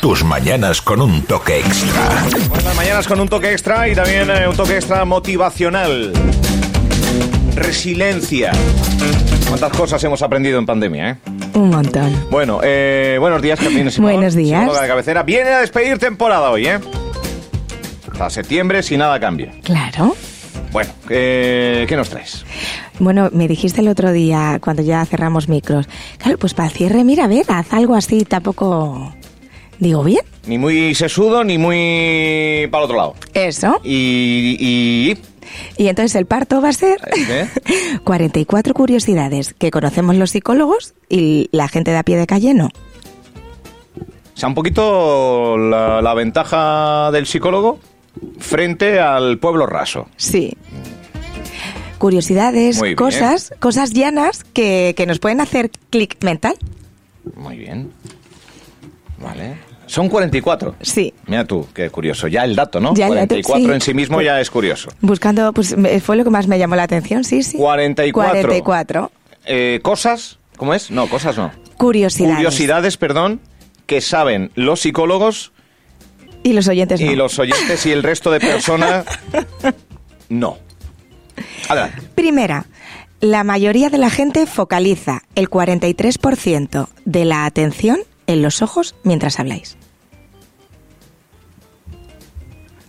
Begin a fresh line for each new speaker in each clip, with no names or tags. Tus mañanas con un toque extra.
Buenas mañanas con un toque extra y también eh, un toque extra motivacional. Resiliencia. ¿Cuántas cosas hemos aprendido en pandemia, eh?
Un montón.
Bueno, eh, buenos días, Carmina Simón,
Buenos días.
psicóloga de cabecera. Viene a despedir temporada hoy, ¿eh? Hasta septiembre, si nada cambia.
Claro.
Bueno, eh, ¿qué nos traes?
Bueno, me dijiste el otro día, cuando ya cerramos micros, claro, pues para el cierre, mira, a ver, haz algo así, tampoco... Digo, bien.
Ni muy sesudo, ni muy para el otro lado.
Eso.
Y... y- eh,
Y entonces el parto va a ser
¿Qué?
44 curiosidades que conocemos los psicólogos y la gente de a pie de calle no.
o sea, un poquito la, la ventaja del psicólogo frente al pueblo raso.
Sí. Curiosidades,
Muy bien.
cosas, cosas llanas que, que nos pueden hacer clic mental.
Muy bien. Vale. Son 44.
Sí.
Mira tú, qué curioso. Ya el dato, ¿no?
Ya el dato,
44
sí. Pues-
en sí mismo ya es curioso.
Buscando, pues me- fue lo que más me llamó la atención, sí, sí.
44.
44.
Eh, cosas, ¿cómo es? No, cosas no.
Curiosidades.
Curiosidades, perdón, que saben los psicólogos
Y los oyentes Pues no.
y los oyentes y el resto de personas no. Adelante.
Primera, la mayoría de la gente focaliza el 43% de la atención en los ojos mientras habláis.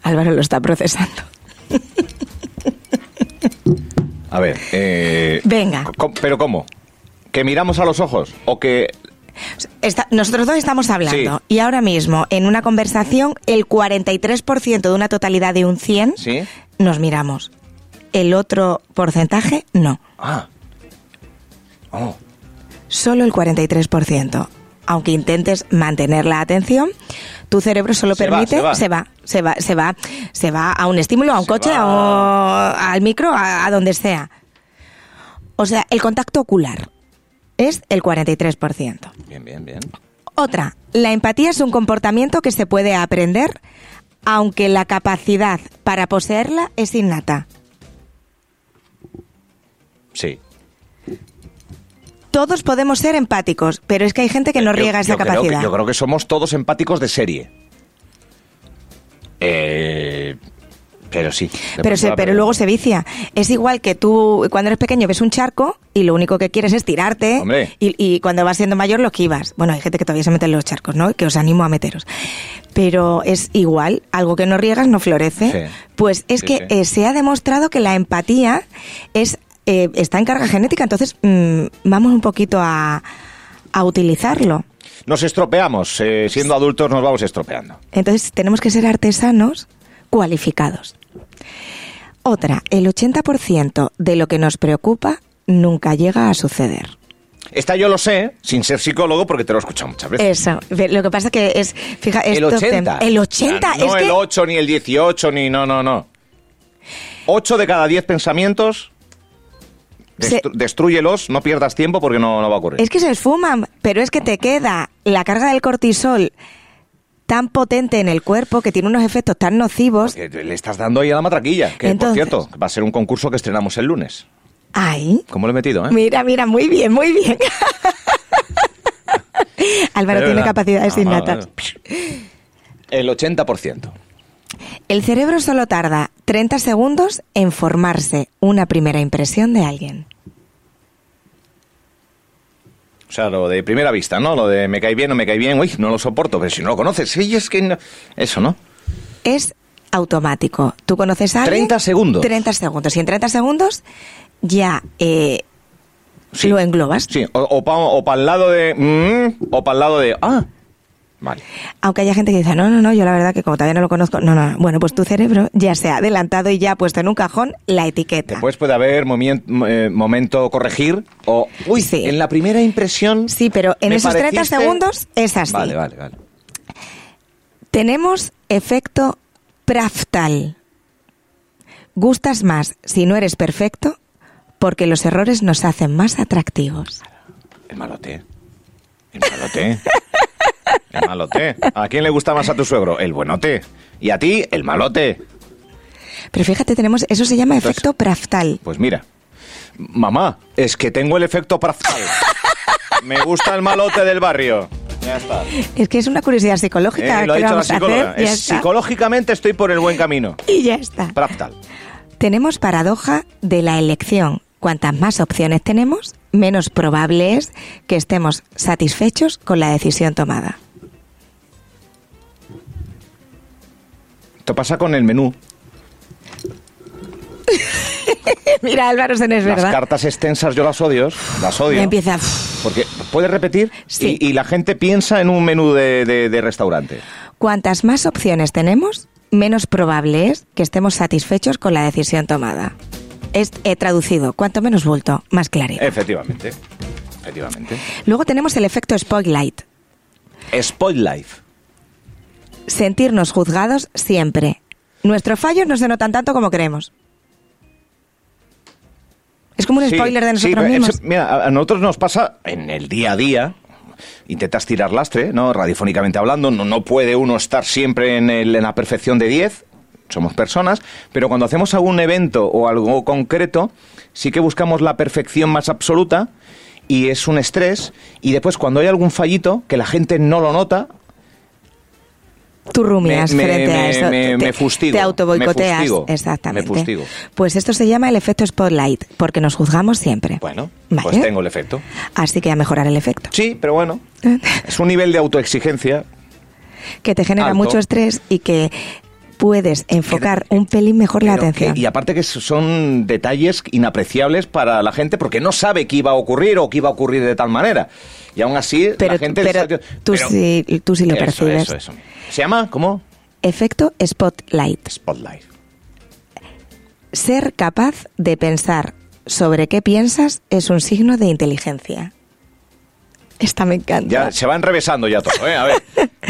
Álvaro lo está procesando.
A ver. eh,
Venga.
co- ¿Pero cómo? ¿Que miramos a los ojos? ¿O que
Está- nosotros dos estamos hablando y ahora mismo en una conversación el 43% de una totalidad de un 100
Sí.
nos miramos. El otro porcentaje no.
Ah. Oh.
Solo el 43%. Aunque intentes mantener la atención, tu cerebro solo
Se va,
permite,
se va.
se va, se va, se va, se va a un estímulo, a un
Se
coche,
va.
a un- al micro, a, a donde sea. O sea, el contacto ocular es el 43%.
Bien, bien, bien.
Otra, la empatía es un comportamiento que se puede aprender, aunque la capacidad para poseerla es innata.
Sí.
Todos podemos ser empáticos, pero es que hay gente que no
Eh, Yo-
riega esa
yo creo que-
capacidad.
yo creo que somos todos empáticos de serie. Eh, pero sí. de pues
Pero, se-
película,
pero luego se vicia. Es igual que tú cuando eres pequeño ves un charco y lo único que quieres es tirarte.
Hombre.
Y, y cuando vas siendo mayor lo esquivas. Bueno, hay gente que todavía se mete en los charcos, ¿no? Que os animo a meteros. Pero es igual, algo que no riegas no florece.
Sí.
Pues es
Sí,
que
sí.
eh, se ha demostrado que la empatía es eh, está en carga genética, entonces mm, vamos un poquito a, a utilizarlo.
Nos estropeamos. eh, siendo adultos nos vamos estropeando.
Entonces tenemos que ser artesanos cualificados. Otra, el 80% de lo que nos preocupa nunca llega a suceder.
Esta yo lo sé, sin ser psicólogo, porque te lo he escuchado muchas veces.
Eso, ve- lo que pasa que es, fija, es
el
top
80.
ten- el 80
O sea,
es
No
que
el 8, ni el 18, ni no, no, no. 8 de cada 10 pensamientos.
Se-
destru- Destruyelos, no pierdas tiempo porque no, no va a ocurrir.
es que se esfuman, pero es que te queda la carga del cortisol tan potente en el cuerpo que tiene unos efectos tan nocivos.
Porque le estás dando ahí a la matraquilla. Que,
Entonces-
por cierto, va a ser un concurso que estrenamos el lunes.
Ay,
¿Cómo lo he metido, eh?
mira, mira, muy bien, muy bien. Álvaro
Pero
tiene
verdad.
capacidades
Ah,
innatas.
vale. El 80%.
El cerebro solo tarda 30 segundos en formarse una primera impresión de alguien.
O sea, lo de primera vista, ¿no? Lo de me cae bien o me cae bien, uy, no lo soporto, pero si no lo conoces, sí, es que no- Eso, ¿no?
Es automático. Tú conoces a alguien.
30 segundos.
30 segundos. Y en 30 segundos ya eh,
Sí.
lo englobas.
Sí, o, o pa- o para el lado de... mm, o para el lado de... Ah, vale.
Aunque haya gente que dice, no, no, no, yo la verdad que como todavía no lo conozco, no, no, no. Bueno, pues tu cerebro ya se ha adelantado y ya ha puesto en un cajón la etiqueta.
Después puede haber momien- eh, momento corregir o... Uy,
Sí.
en la primera impresión...
Sí, pero en
me
esos 30
pareciste-
segundos es así.
Vale, vale, vale.
Tenemos efecto praftal. Gustas más si no eres perfecto porque los errores nos hacen más atractivos.
El malote. El malote. El malote. ¿A quién le gusta más a tu suegro? El buenote. Y a ti, el malote.
Pero fíjate, tenemos eso se llama
Entonces-
efecto praftal.
Pues mira, mamá, es que tengo el efecto parcial. Me gusta el malote del barrio. Ya está.
Es que es una curiosidad psicológica
Eh, lo ha
Pues que
dicho la
vamos a
psicóloga.
hacer. Ya
Es-
está.
psicológicamente estoy por el buen camino.
Y ya está.
Praptal.
Tenemos paradoja de la elección. Cuantas más opciones tenemos, menos probable es que estemos satisfechos con la decisión tomada.
Esto pasa con el menú.
Mira, Álvaro, se no es
Las
verdad.
cartas extensas yo las odio. Las odio.
Me empieza.
Porque puedes repetir
Sí.
y, y la gente piensa en un menú de, de- de restaurante.
Cuantas más opciones tenemos, menos probable es que estemos satisfechos con la decisión tomada. Es, he traducido, cuanto menos bulto, más
Eh.
claridad.
Efectivamente. Efectivamente.
Luego tenemos el efecto spotlight.
Spoil life.
Sentirnos juzgados siempre. Nuestros fallos no se notan tanto como creemos. Es como un
Sí,
spoiler de
sí,
nosotros
pero eso-
mismos.
mira, a- a nosotros nos pasa en el día a día. Intentas tirar lastre, ¿no? Radiofónicamente hablando, no, no puede uno estar siempre en, el- en la perfección de 10. Somos personas, pero cuando hacemos algún evento o algo concreto, sí que buscamos la perfección más absoluta y es un estrés. Y después, cuando hay algún fallito que la gente no lo nota,
Tú rumias
me-
frente a
me-
eso.
me-
te-
me fustigo,
Te autoboicoteas.
me fustigo,
Exactamente.
me fustigo.
Pues esto se llama el efecto spotlight, porque nos juzgamos siempre.
bueno, pues
Vale.
tengo el efecto.
Así que a mejorar el efecto.
Sí, pero bueno, es un nivel de autoexigencia
que te genera
Alto.
mucho estrés y que puedes enfocar un pelín mejor la
Pero
atención.
que- y aparte que son detalles inapreciables para la gente porque no sabe qué iba a ocurrir o qué iba a ocurrir de tal manera. Y aún así
pero
la gente...
pero tú,
pero-
sí, tú sí lo
eso,
percibes.
eso, eso. ¿Se llama? ¿Cómo?
Efecto spotlight.
Spotlight.
Ser capaz de pensar sobre qué piensas es un signo de inteligencia. Esta me encanta.
Ya se van revesando ya todo, ¿eh? A ver.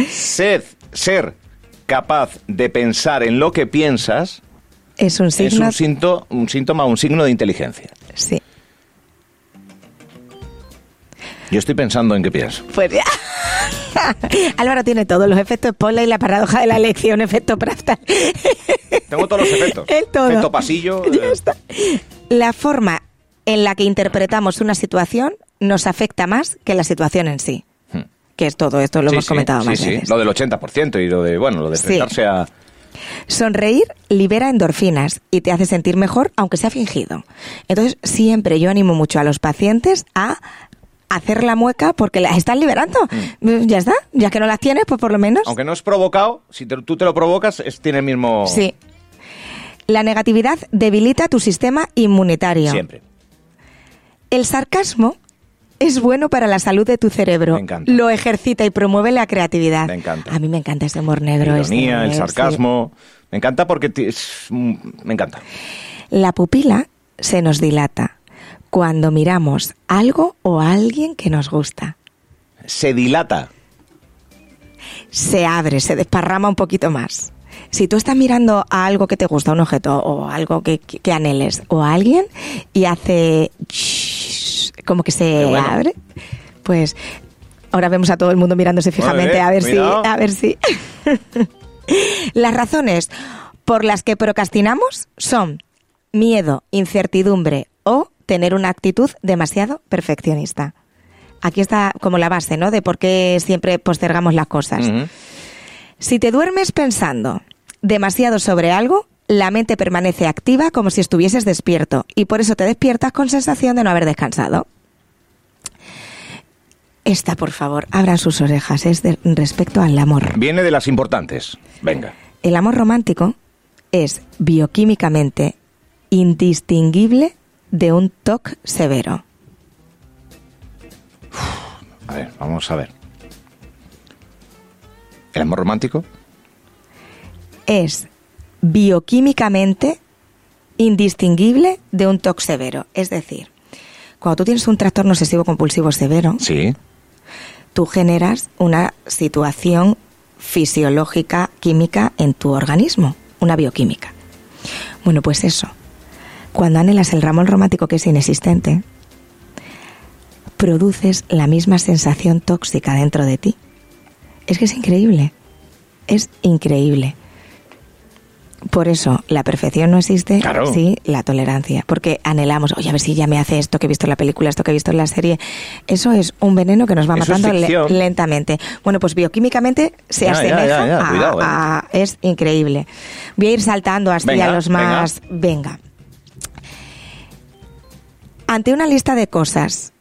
Sed, ser capaz de pensar en lo que piensas
es un
es
signo.
un, sinto- un síntoma, un signo de inteligencia.
sí.
Yo estoy pensando en qué pienso.
Pues ya. Álvaro tiene todos los efectos spotlight, la paradoja de la elección, efecto Praftal.
Tengo todos los efectos.
El todo.
Efecto pasillo.
Ya
eh,
está. La forma en la que interpretamos una situación nos afecta más que la situación en sí.
Hmm.
Que es todo esto, lo
sí,
hemos
sí,
comentado
sí,
más
sí.
veces.
Lo del 80% y lo de, bueno, lo de
Sí.
enfrentarse a...
Sonreír libera endorfinas y te hace sentir mejor, aunque sea fingido. Entonces, siempre yo animo mucho a los pacientes a hacer la mueca porque las están liberando. Mm, Ya está, ya que no las tienes, pues por lo menos.
Hmm. Aunque no es provocado, si te- tú te lo provocas, es, tiene el mismo...
Sí. La negatividad debilita tu sistema inmunitario.
Siempre.
El sarcasmo es bueno para la salud de tu cerebro.
Me encanta.
Lo ejercita y promueve la creatividad.
Me encanta.
A mí me encanta ese humor negro.
La
ese,
ironía, el
sí.
sarcasmo... Me encanta porque ti- es- mm, me encanta.
La pupila se nos dilata cuando miramos algo o a alguien que nos gusta.
Se dilata.
Se abre, se desparrama un poquito más. Si tú estás mirando a algo que te gusta, un objeto o algo que, que- que anheles o a alguien y hace shhh, como que se
Qué bueno.
abre, pues ahora vemos a todo el mundo mirándose fijamente
bien,
a ver
cuidado.
si a ver si Las razones por las que procrastinamos son miedo, incertidumbre o tener una actitud demasiado perfeccionista. Aquí está como la base, ¿no? De por qué siempre postergamos las cosas.
Ujú.
Si te duermes pensando demasiado sobre algo, la mente permanece activa como si estuvieses despierto y por eso te despiertas con sensación de no haber descansado. Esta, por favor, abran sus orejas, es de- respecto al amor.
Viene de las importantes. Venga.
El amor romántico es bioquímicamente indistinguible de un TOC severo.
A ver, vamos a ver. ¿El amor romántico?
Es bioquímicamente indistinguible de un TOC severo. Es decir, cuando tú tienes un trastorno obsesivo compulsivo severo,
Sí.
tú generas una situación fisiológica, química en tu organismo, una bioquímica. Bueno, pues eso. Cuando anhelas el ramón romántico que es inexistente, produces la misma sensación tóxica dentro de ti. Es que es increíble. Es increíble. Por eso, la perfección no existe,
Claro.
sí, la tolerancia. Porque anhelamos, oye, a ver si ya me hace esto que he visto en la película, esto que he visto en la serie. Eso es un veneno que nos va
Eso es
matando le-
ficción.
lentamente. Bueno, pues bioquímicamente se
Ya, ya,
asemeja
ya, ya,
a-
cuidado, eh.
a- ah, Es increíble. Voy a ir saltando así
Venga,
a los más... venga. Ante una lista de cosas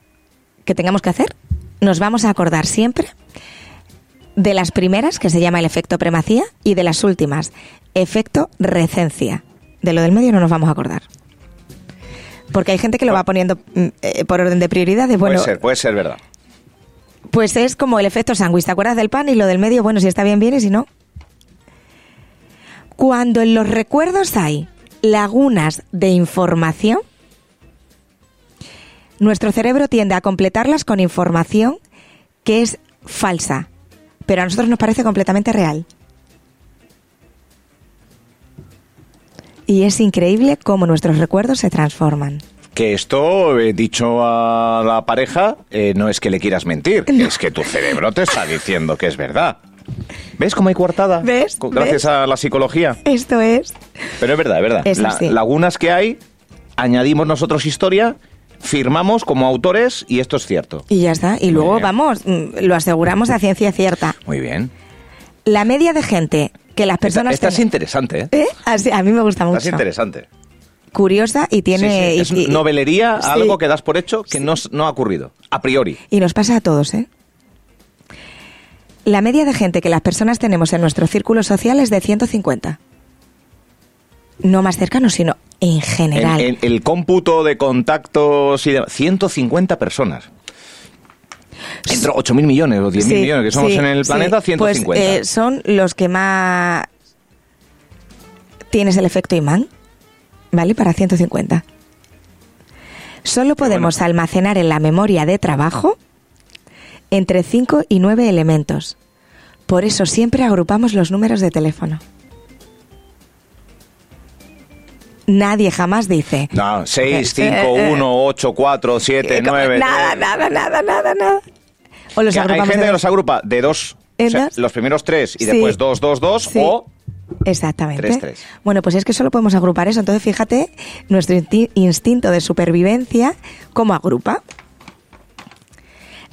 que tengamos que hacer, nos vamos a acordar siempre de las primeras, que se llama el efecto premacía, y de las últimas, efecto recencia. De lo del medio no nos vamos a acordar. Porque hay gente que lo va poniendo mm, eh, por orden de prioridad. De, bueno,
Ah. puede ser, puede ser verdad.
pues es como el efecto sándwich. ¿Te acuerdas del pan y lo del medio? Bueno, si está bien, bien y si no. Cuando en los recuerdos hay lagunas de información, nuestro cerebro tiende a completarlas con información que es falsa, pero a nosotros nos parece completamente real. Y es increíble cómo nuestros recuerdos se transforman.
Que esto, eh, dicho a la pareja, eh, no es que le quieras mentir, es que tu cerebro te está diciendo que es verdad. ¿Ves cómo hay coartada?
¿Ves?
Co- Gracias
¿Ves?
a la psicología.
Esto es
Pero es verdad, es verdad.
Eso
La-
sí.
Lagunas que hay, añadimos nosotros historia, firmamos como autores y esto es cierto.
Y ya está. Y
Muy
luego,
bien.
vamos, mm, lo aseguramos a ciencia cierta.
Muy bien.
La media de gente que las
Esta,
personas...
esta es
ten-
interesante, ¿eh?
¿Eh? Así- a mí me gusta
Esta es
mucho.
interesante.
Curiosa y tiene...
Sí, sí,
y-
Es
y-
novelería,
Sí.
algo que das por hecho que no, s- no ha ocurrido, a priori.
Y nos pasa a todos, ¿eh? La media de gente que las personas tenemos en nuestro círculo social es de 150. No más cercano, sino en general.
En- en el cómputo de contactos y de 150 personas. Entre 8.000 millones o 10.000
Sí,
millones que somos
sí,
en el
sí.
planeta, 150.
Pues eh, son los que más tienes el efecto imán, ¿vale? Para 150. Solo podemos almacenar en la memoria de trabajo entre 5 y 9 elementos. Por eso siempre agrupamos los números de teléfono. Nadie jamás dice.
no, 6,
Eh,
5,
eh, eh.
1, 8, 4, 7,
eh,
9.
nada, nada, nada, nada, nada. O los
hay
agrupamos
gente
de-
que los agrupa de dos.
¿En
o sea,
dos?
los primeros tres y
Sí.
después dos, dos, dos.
Sí.
O
Exactamente.
Tres, tres.
Bueno, pues es que solo podemos agrupar eso. Entonces, fíjate, nuestro insti- instinto de supervivencia, ¿cómo agrupa?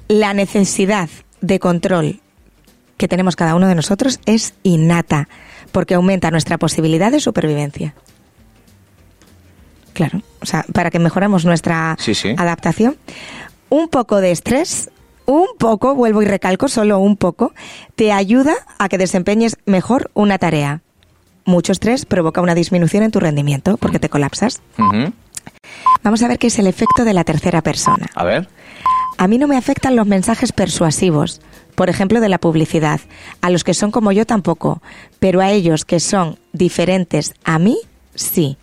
La necesidad de control que tenemos cada uno de nosotros es innata, porque aumenta nuestra posibilidad de supervivencia. Claro, o sea, para que mejoremos nuestra
Sí, sí.
adaptación. Un poco de estrés, un poco, vuelvo y recalco, solo un poco, te ayuda a que desempeñes mejor una tarea. Mucho estrés provoca una disminución en tu rendimiento porque te colapsas.
Ujú.
Vamos a ver qué es el efecto de la tercera persona.
A ver.
A mí no me afectan los mensajes persuasivos, por ejemplo, de la publicidad. A los que son como yo tampoco, pero a ellos que son diferentes a mí, sí.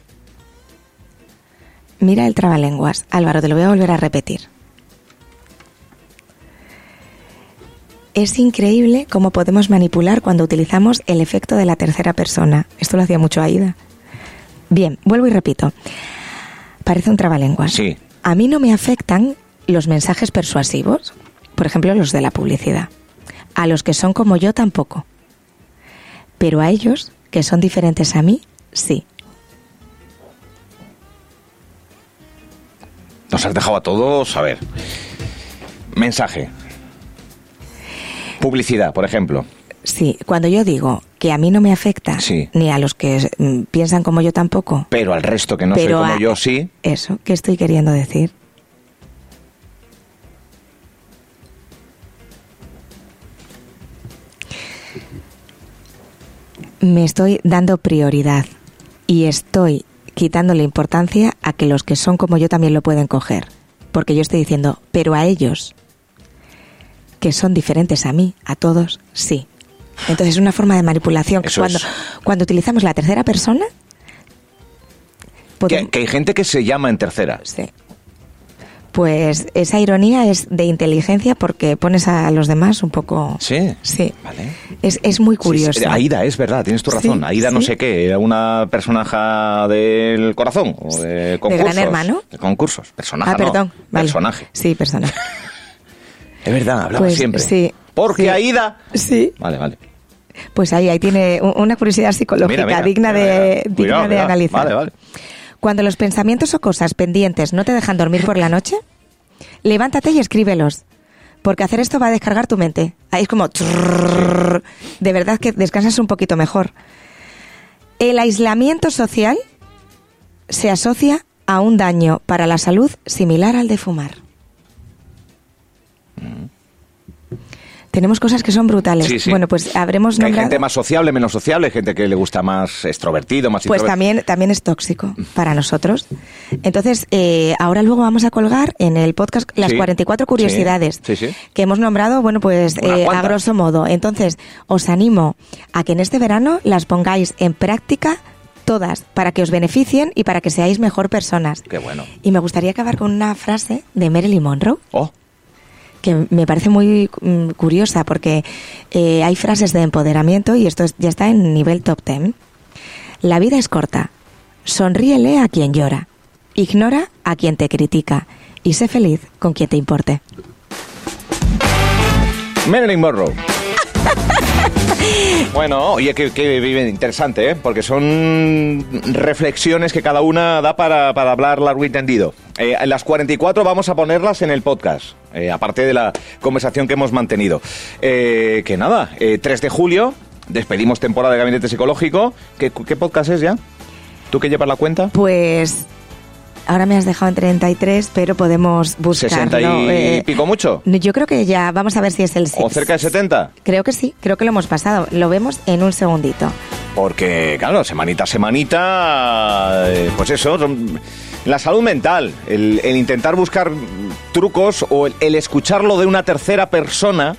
Mira el trabalenguas. Álvaro, te lo voy a volver a repetir. Es increíble cómo podemos manipular cuando utilizamos el efecto de la tercera persona. Esto lo hacía mucho Aida. Bien, vuelvo y repito. Parece un trabalenguas.
Sí.
A mí no me afectan los mensajes persuasivos, por ejemplo, los de la publicidad. A los que son como yo tampoco. Pero a ellos, que son diferentes a mí, sí.
Nos has dejado a todos. A ver. Mensaje. Publicidad, por ejemplo.
Sí, cuando yo digo que a mí no me afecta,
Sí.
ni a los que mm, piensan como yo tampoco,
Pero al resto que no
Pero
soy como
a-
yo, sí.
Eso, ¿qué estoy queriendo decir? Me estoy dando prioridad y estoy quitándole importancia a que los que son como yo también lo pueden coger. Porque yo estoy diciendo, pero a ellos, que son diferentes a mí, a todos, sí. Entonces es una forma de manipulación. que
Eso
cuando,
es.
cuando utilizamos la tercera persona, podemos-
Que, que hay gente que se llama en tercera.
Sí. Pues esa ironía es de inteligencia porque pones a los demás un poco.
Sí.
Sí.
Vale.
Es, es muy curioso.
Sí, sí, Aida, es verdad, tienes tu razón.
Sí,
Aida no
sí.
sé qué, era una personaja del corazón o de concursos.
Gran Hermano?
De concursos, personaje.
ah, perdón. Vale.
Personaje.
Sí, personaje.
Es verdad, hablaba
Pues,
siempre.
sí,
Porque
sí.
Aida...
Sí.
Vale, vale.
Pues ahí, ahí tiene u- una curiosidad psicológica
Mira, mira,
digna
mira,
de,
mira.
digna
Cuidado,
de
cuidado.
analizar.
Vale, vale.
Cuando los pensamientos o cosas pendientes no te dejan dormir por la noche, levántate y escríbelos. Porque hacer esto va a descargar tu mente. Ahí es como... trrrr. de verdad que descansas un poquito mejor. El aislamiento social se asocia a un daño para la salud similar al de fumar. Tenemos cosas que son brutales.
Sí, sí.
Bueno, pues habremos
Que Hay
nombrado...
gente más sociable, menos sociable, gente que le gusta más extrovertido, más
Pues
introvertido.
también, también es tóxico para nosotros. Entonces, eh, ahora luego vamos a colgar en el podcast las
Sí,
44
sí,
curiosidades
sí, sí.
que hemos nombrado, bueno, pues
Unas
eh, a
cuantas.
grosso modo. Entonces, os animo a que en este verano las pongáis en práctica todas para que os beneficien y para que seáis mejor personas.
Qué bueno.
Y me gustaría acabar con una frase de Marilyn Monroe
Oh,
que me parece muy mm, curiosa porque eh, hay frases de empoderamiento y esto es- ya está en nivel top 10. La vida es corta. Sonríele a quien llora. Ignora a quien te critica. Y sé feliz con quien te importe.
Marilyn Monroe. Bueno, oye, que, interesante, ¿eh? porque son reflexiones que cada una da para, para hablar largo y tendido. Eh, las 44 vamos a ponerlas en el podcast, eh, aparte de la conversación que hemos mantenido. Eh, que nada, eh, 3 de julio, despedimos temporada de Gabinete Psicológico. ¿Qué, qué podcast es ya? ¿Tú que llevas la cuenta?
Pues ahora me has dejado en 33, pero podemos buscarlo.
60 y
eh,
pico mucho.
no, Yo creo que ya, vamos a ver si es el
¿O
six.
cerca de 70?
Creo que sí, creo que lo hemos pasado. Lo vemos en un segundito.
Porque, claro, semanita a semanita, eh, pues eso, son- la salud mental, el, el intentar buscar trucos o el, el escucharlo de una tercera persona,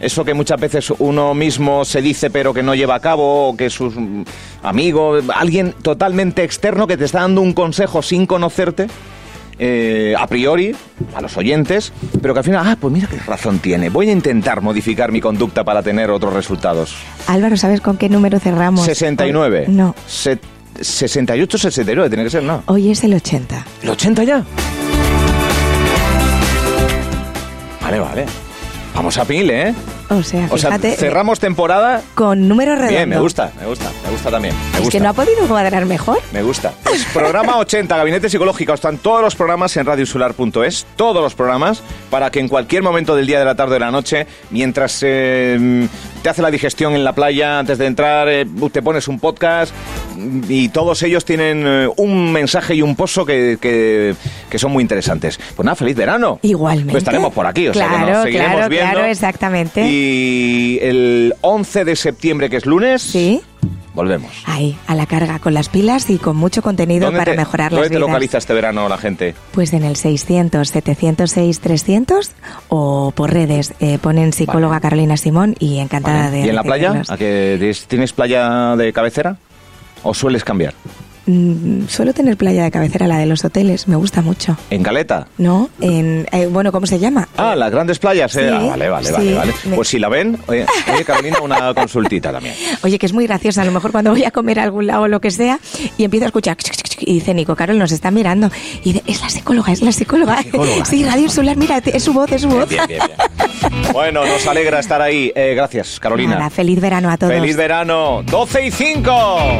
eso que muchas veces uno mismo se dice pero que no lleva a cabo, o que sus mm, amigos, alguien totalmente externo que te está dando un consejo sin conocerte. eh, a priori, a los oyentes, pero que al final, ah, pues mira qué razón tiene. Voy a intentar modificar mi conducta para tener otros resultados.
Álvaro, ¿sabes con qué número cerramos?
69.
No,
Se- 68, 69, tiene que ser, ¿no?
hoy es el 80.
¿El 80 ya? Vale, vale. Vamos a pil, ¿eh?
O sea,
O sea,
fíjate,
cerramos temporada.
con número redondo.
Bien, me gusta, me gusta, me gusta también. Me
Es
gusta.
que no ha podido cuadrar mejor.
Me gusta. Pues, programa 80, Gabinete Psicológico. Están todos los programas en radioinsular.es, todos los programas, para que en cualquier momento del día, de la tarde o de la noche, mientras eh, te hace la digestión en la playa, antes de entrar, eh, te pones un podcast mm, y todos ellos tienen eh, un mensaje y un pozo que, que- que son muy interesantes. Pues nada, feliz verano.
Igualmente.
Pues estaremos por aquí, o sea que
Claro,
nos seguiremos
claro,
viendo.
claro, exactamente.
Y el 11 de septiembre, que es lunes,
Sí.
volvemos.
Ahí, a la carga, con las pilas y con mucho contenido
¿Dónde
para
te-
mejorar
¿Dónde
las
te
vidas.
localiza este verano la gente?
Pues en el 600, 706, 300 o por redes. eh, ponen psicóloga
Vale.
Carolina Simón y encantada
Vale.
de
¿Y en la playa?
recibirlos.
¿A que des- ¿Tienes playa de cabecera? ¿O sueles cambiar? Ah.
Mm, suelo tener playa de cabecera, la de los hoteles. Me gusta mucho.
¿En Caleta?
¿No? En, eh, bueno, ¿cómo se llama?
Ah, las grandes playas. eh.
Sí,
Ah, vale, vale,
sí.
vale, vale.
Me-
Pues si la ven, oye, oye, Carolina, una consultita también.
Oye, que es muy graciosa. A lo mejor cuando voy a comer a algún lado o lo que sea, y empiezo a escuchar. Y dice Nico, Carol, nos está mirando. Y dice, es la psicóloga, es la psicóloga.
psicóloga.
Sí, Radio Insular, mira, te- es su voz, es su voz.
Bien, bien, bien. Bueno, nos alegra estar ahí. Eh, gracias, Carolina.
Nada, feliz verano a todos.
Feliz verano. 12 y 5.